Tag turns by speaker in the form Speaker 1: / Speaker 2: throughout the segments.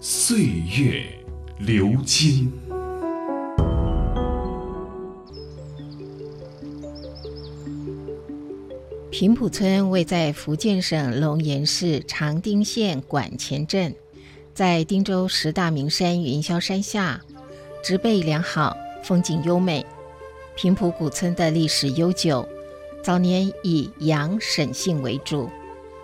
Speaker 1: 岁月流金。
Speaker 2: 平埔村位在福建省龙岩市长汀县管前镇，在汀州十大名山云霄山下，植被良好，风景优美。平埔古村的历史悠久，早年以杨沈姓为主。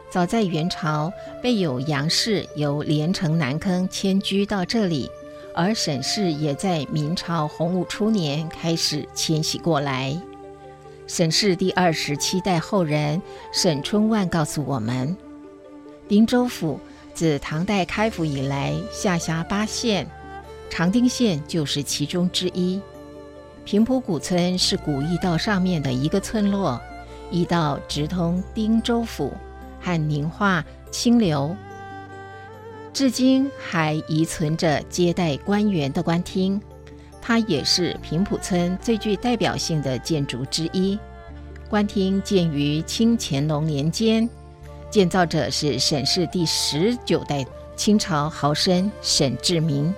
Speaker 2: 早在元朝，备有杨氏由连城南坑迁居到这里，而沈氏也在明朝洪武初年开始迁徙过来。沈氏第二十七代后人沈春万告诉我们，林州府自唐代开府以来，下辖八县，长汀县就是其中之一。平埔古村是古驿道上面的一个村落，驿道直通汀州府和宁化、清流，至今还遗存着接待官员的官厅。它也是平埔村最具代表性的建筑之一。官厅建于清乾隆年间，建造者是沈氏第十九代清朝豪绅沈志明。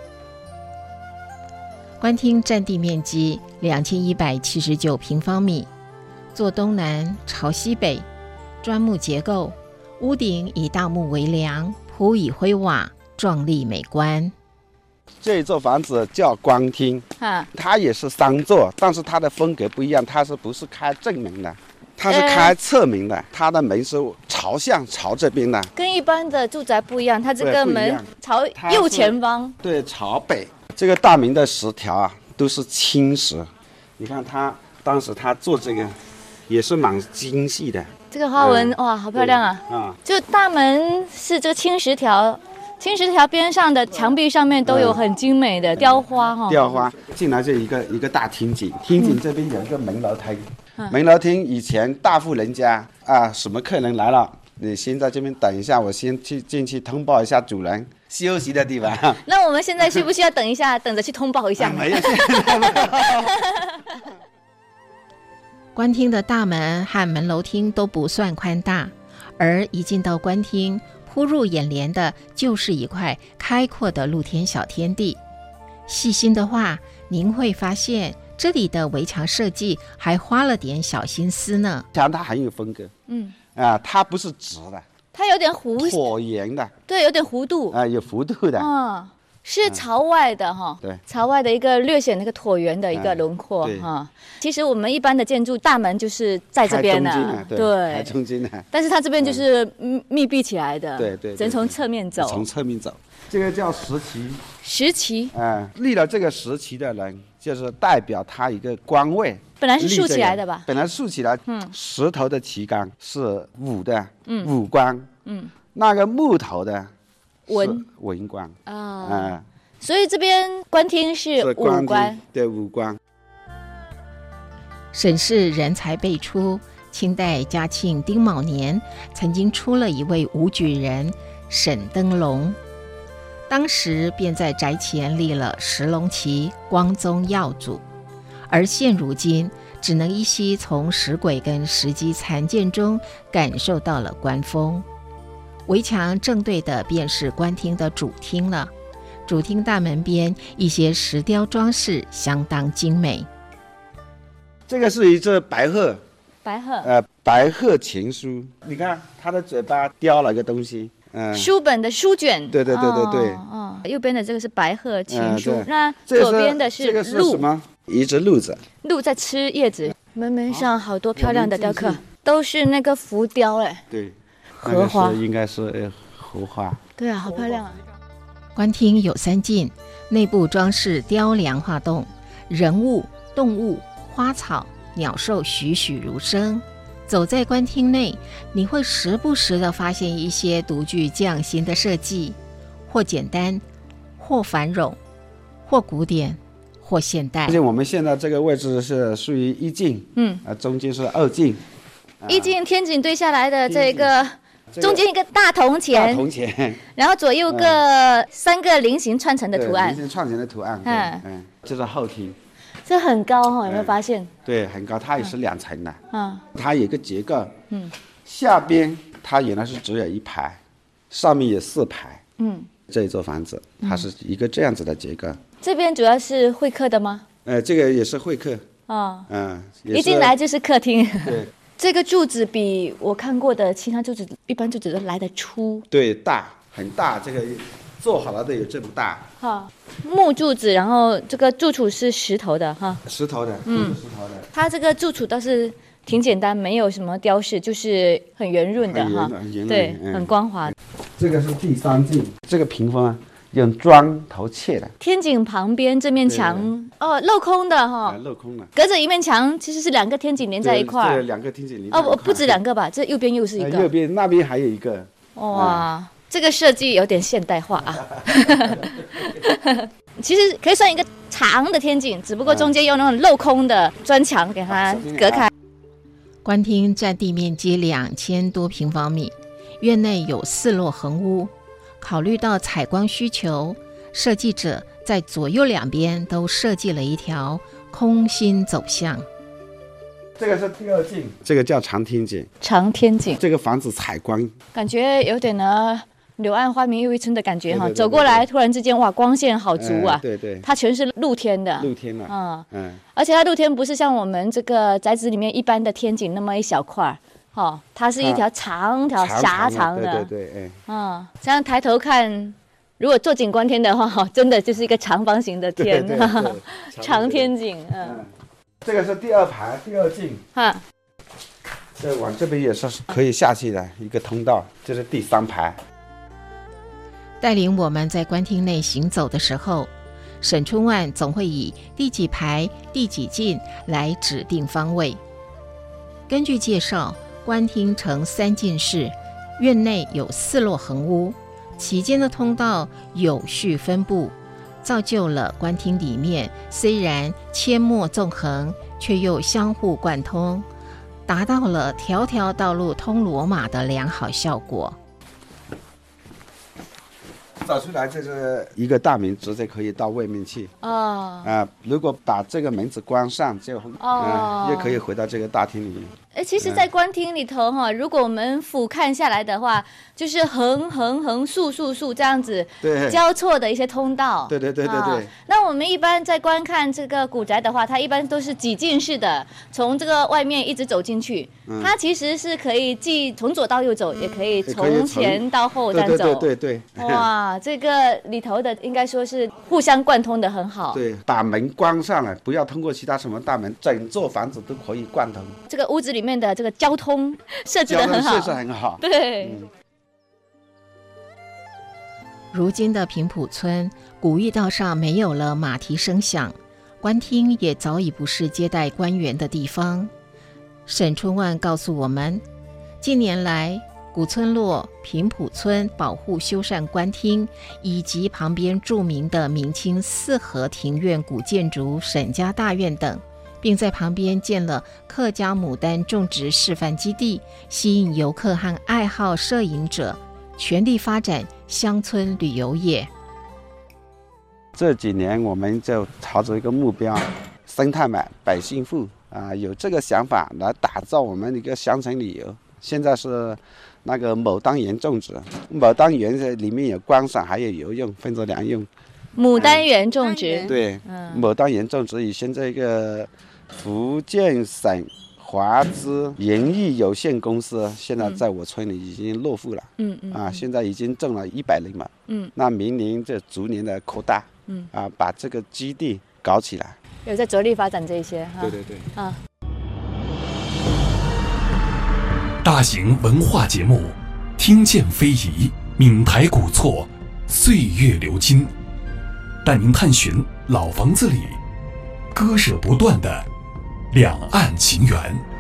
Speaker 2: 官厅占地面积两千一百七十九平方米，坐东南，朝西北，砖木结构，屋顶以大木为梁，铺以灰瓦，壮丽美观。
Speaker 3: 这一座房子叫光厅，
Speaker 4: 啊，
Speaker 3: 它也是三座，但是它的风格不一样，它是不是开正门的？它是
Speaker 4: 呃
Speaker 3: 开侧门的，它的门是朝向朝这边的，
Speaker 4: 跟一般的住宅不一样，它这
Speaker 3: 对
Speaker 4: 个
Speaker 3: 不一
Speaker 4: 门
Speaker 3: 样
Speaker 4: 朝
Speaker 3: 它
Speaker 4: 右
Speaker 3: 是
Speaker 4: 前方，
Speaker 3: 对，朝北。这个大明的石条啊，都是青石，你看他当时他做这个，也是蛮精细的，
Speaker 4: 这个花纹、哇，好漂亮啊！
Speaker 3: 嗯啊，
Speaker 4: 就大门是这个青石条，青石条边上的墙壁上面都有
Speaker 3: 嗯
Speaker 4: 很精美的雕花哈、
Speaker 3: 雕花。进来这一个一个大厅井，厅井这边有一个门楼厅，
Speaker 4: 嗯
Speaker 3: 门楼厅以前大户人家啊，什么客人来了，你先在这边等一下，我先去进去通报一下主人休息的地方。
Speaker 4: 那我们现在需不需要等一下，等着去通报一下呢？
Speaker 3: 没有，现在没有。
Speaker 2: 官厅的大门和门楼厅都不算宽大，而一进到官厅，扑入眼帘的就是一块开阔的露天小天地。细心的话，您会发现这里的围墙设计还花了点小心思呢。
Speaker 3: 墙它很有风格
Speaker 4: 嗯，
Speaker 3: 啊，它不是直的，
Speaker 4: 它有点弧，
Speaker 3: 椭圆的
Speaker 4: 对，有点弧度，
Speaker 3: 啊，有幅度的。
Speaker 4: 嗯，是朝外的哈、
Speaker 3: 哎对
Speaker 4: 朝外的一个略显那个椭圆的一个
Speaker 3: 嗯
Speaker 4: 轮廓
Speaker 3: 对
Speaker 4: 哈、其实我们一般的建筑大门就是在这
Speaker 3: 开
Speaker 4: 边
Speaker 3: 中
Speaker 4: 呢、
Speaker 3: 间的，对，开中啊间的，
Speaker 4: 但是它这边就是密密闭起来的，
Speaker 3: 嗯对对对
Speaker 4: 只能从侧面走
Speaker 3: 从。侧面走。这个叫石旗，
Speaker 4: 石旗
Speaker 3: 啊，立了这个石旗的人，就是代表他一个官位。
Speaker 4: 本来是竖
Speaker 3: 立这
Speaker 4: 起来
Speaker 3: 个
Speaker 4: 的吧？
Speaker 3: 本来竖起来，
Speaker 4: 嗯
Speaker 3: 石头的旗杆是武的，嗯，武官，
Speaker 4: 嗯，
Speaker 3: 那个木头的是
Speaker 4: 文
Speaker 3: 文官，
Speaker 4: 啊，
Speaker 3: 啊，
Speaker 4: 所以这边官厅是
Speaker 3: 是
Speaker 4: 五
Speaker 3: 官
Speaker 4: 官
Speaker 3: 厅，，对，武官。
Speaker 2: 沈氏人才辈出，清代嘉庆丁卯年曾经出了一位武举人沈登龙，当时便在宅前立了石龙旗、光宗耀祖，而现如今只能依稀从石轨跟石基残件中感受到了官风。围墙正对的便是官厅的主厅了，主厅大门边一些石雕装饰相当精美。
Speaker 3: 这个是一只白鹤，
Speaker 4: 白鹤，
Speaker 3: 呃，白鹤情书，你看它的嘴巴叼了个东西，嗯，
Speaker 4: 书本的书卷，
Speaker 3: 对对对对对
Speaker 4: 哦，哦右边的这个是白鹤情
Speaker 3: 嗯
Speaker 4: 书
Speaker 3: 对，
Speaker 4: 那
Speaker 3: 这
Speaker 4: 左边的
Speaker 3: 这个是什
Speaker 4: 鹿，
Speaker 3: 么？哦一只鹿子，
Speaker 4: 鹿在吃叶子。门门上好多漂亮的雕
Speaker 3: 我
Speaker 4: 刻
Speaker 3: 们进，
Speaker 4: 都是那个浮雕哎，
Speaker 3: 对，
Speaker 4: 荷花
Speaker 3: 那个是应该是呃荷花，
Speaker 4: 对啊，好漂亮啊！
Speaker 2: 官厅有三进，内部装饰雕梁画栋，人物、动物、花草、鸟兽栩栩如生。走在官厅内，你会时不时地发现一些独具匠心的设计，或简单，或繁冗，或古典，或现代
Speaker 3: 而且。我们现在这个位置是属于一进，
Speaker 4: 嗯，
Speaker 3: 啊，中间是二进，啊
Speaker 4: 一进天井对下来的这个
Speaker 3: 这个
Speaker 4: 中间一个大铜
Speaker 3: 大
Speaker 4: 钱，
Speaker 3: 铜钱，
Speaker 4: 然后左右各三个菱形串成的
Speaker 3: 嗯对
Speaker 4: 图案
Speaker 3: 明，星串成的图案，对
Speaker 4: 嗯
Speaker 3: 嗯，这是后厅，
Speaker 4: 这很高哦哈，有没有
Speaker 3: 嗯
Speaker 4: 发现？
Speaker 3: 对，很高，它也是两层的，
Speaker 4: 嗯，
Speaker 3: 它有一个结构，
Speaker 4: 嗯，
Speaker 3: 下边它原来是只有一排，上面有四排，
Speaker 4: 嗯，
Speaker 3: 这一座房子它是一个这样子的结构，
Speaker 4: 这边主要是会客的吗？
Speaker 3: 呃，这个也是会客，
Speaker 4: 啊、
Speaker 3: 嗯，也
Speaker 4: 一进
Speaker 3: 是
Speaker 4: 来就是客厅。
Speaker 3: 对
Speaker 4: 这个柱子比我看过的其他柱子，一般柱子都来得粗
Speaker 3: 对大很大，这个做好了的有这么大，
Speaker 4: 哈，木柱子，然后这个柱础是石头的哈，
Speaker 3: 石头的，嗯，石头的，
Speaker 4: 它这个柱础倒是挺简单，没有什么雕饰，就是很圆润的
Speaker 3: 很圆
Speaker 4: 哈
Speaker 3: 的很圆，润
Speaker 4: 对，
Speaker 3: 嗯
Speaker 4: 很光滑。
Speaker 3: 这个是第三进，这个屏风啊用砖头砌的，
Speaker 4: 天井旁边这面墙哦，镂空的哈
Speaker 3: 啊，镂空了。
Speaker 4: 隔着一面墙，其实是两个天井连在一块
Speaker 3: 对
Speaker 4: 儿
Speaker 3: 对。两个厅井里
Speaker 4: 哦，不不止两个吧，这右边又是一
Speaker 3: 呃右
Speaker 4: 个。
Speaker 3: 边那边还有一个，
Speaker 4: 哇，这个设计有点现代化啊。 其实可以算一个长的天井，只不过中间用那种镂空的砖墙给它隔开。
Speaker 2: 官厅占地面积两千多平方米，院内有四落横屋。考虑到采光需求，设计者在左右两边都设计了一条空心走向。
Speaker 3: 这个是第二进，这个叫长厅井。
Speaker 4: 长天井，
Speaker 3: 这个房子采光，
Speaker 4: 感觉有点呢柳暗花明又一村的感觉哈。
Speaker 3: 对对对
Speaker 4: 走过来，突然之间哇，光线好足啊
Speaker 3: 呃！对对，
Speaker 4: 它全是露天的，
Speaker 3: 露天了，
Speaker 4: 嗯，
Speaker 3: 嗯，
Speaker 4: 而且它露天不是像我们这个宅子里面一般的天井那么一小块儿，哦，它是一条长条狭长
Speaker 3: 对
Speaker 4: 的，
Speaker 3: 对对，哎，
Speaker 4: 嗯，这样抬头看，如果做景观天的话，真的就是一个长方形的
Speaker 3: 对
Speaker 4: 天，
Speaker 3: 对 对
Speaker 4: 长天井，嗯，
Speaker 3: 嗯，这个是第二排第二进，
Speaker 4: 哈，
Speaker 3: 这往这边也是可以下去的一个通道，这是第三排，
Speaker 2: 带领我们在官厅内行走的时候，沈春万总会以第几排、第几进来指定方位。根据介绍，官厅呈三进式，院内有四落横屋，其间的通道有序分布，造就了官厅里面虽然阡陌纵横，却又相互贯通，达到了条条道路通罗马的良好效果。
Speaker 3: 走出来这是一个大门，直接可以到外面去。
Speaker 4: 哦，
Speaker 3: 啊、如果把这个门子关上，就嗯、
Speaker 4: 哦
Speaker 3: 又可以回到这个大厅里面。
Speaker 4: 哎，其实，在官厅里头哈，如果我们俯瞰下来的话，就是横横横、竖竖竖这样子
Speaker 3: 对
Speaker 4: 交错的一些通道。
Speaker 3: 对对对对
Speaker 4: 啊
Speaker 3: 对
Speaker 4: 那我们一般在观看这个古宅的话，它一般都是几进式的，从这个外面一直走进去。它其实是可以既从左到右走，也可以
Speaker 3: 嗯也可以从
Speaker 4: 从前到后
Speaker 3: 对
Speaker 4: 再
Speaker 3: 对
Speaker 4: 走。
Speaker 3: 对对对，
Speaker 4: 哇，这个里头的应该说是互相贯通的很好。
Speaker 3: 对，把门关上了，不要通过其他什么大门，整座房子都可以贯通，
Speaker 4: 这个屋子里面的这个交通设计
Speaker 3: 交
Speaker 4: 的
Speaker 3: 通
Speaker 4: 很
Speaker 3: 设施嗯
Speaker 4: 好。
Speaker 3: 很好。
Speaker 4: 对。
Speaker 2: 如今的平埔村古驿道上没有了马蹄声响，官厅也早已不是接待官员的地方。沈春万告诉我们，近年来古村落平埔村保护修缮官厅，以及旁边著名的明清四合庭院古建筑沈家大院等。并在旁边建了客家牡丹种植示范基地，吸引游客和爱好摄影者全力发展乡村旅游业。
Speaker 3: 这几年我们就朝着一个目标，生态美、百姓富啊，有这个想法来打造我们的一个乡村旅游。现在是那个牡丹园种植，牡丹园这里面有观赏，还有游泳，分着两用。
Speaker 4: 牡丹园种植，
Speaker 3: 对，
Speaker 4: 嗯
Speaker 3: 牡丹园种植以现在一个福建省华资园艺有限公司，现在在我村里已经落户了。
Speaker 4: 嗯嗯
Speaker 3: 啊，现在已经种了一百零亩。
Speaker 4: 嗯，
Speaker 3: 那明年这逐年的扩大。
Speaker 4: 嗯，
Speaker 3: 啊，把这个基地搞起来。
Speaker 4: 有在着力发展这一些哈。
Speaker 3: 对对。
Speaker 1: 大型文化节目，听见非遗，闽台古厝，岁月流金，带您探寻老房子里割舍不断的两岸情缘。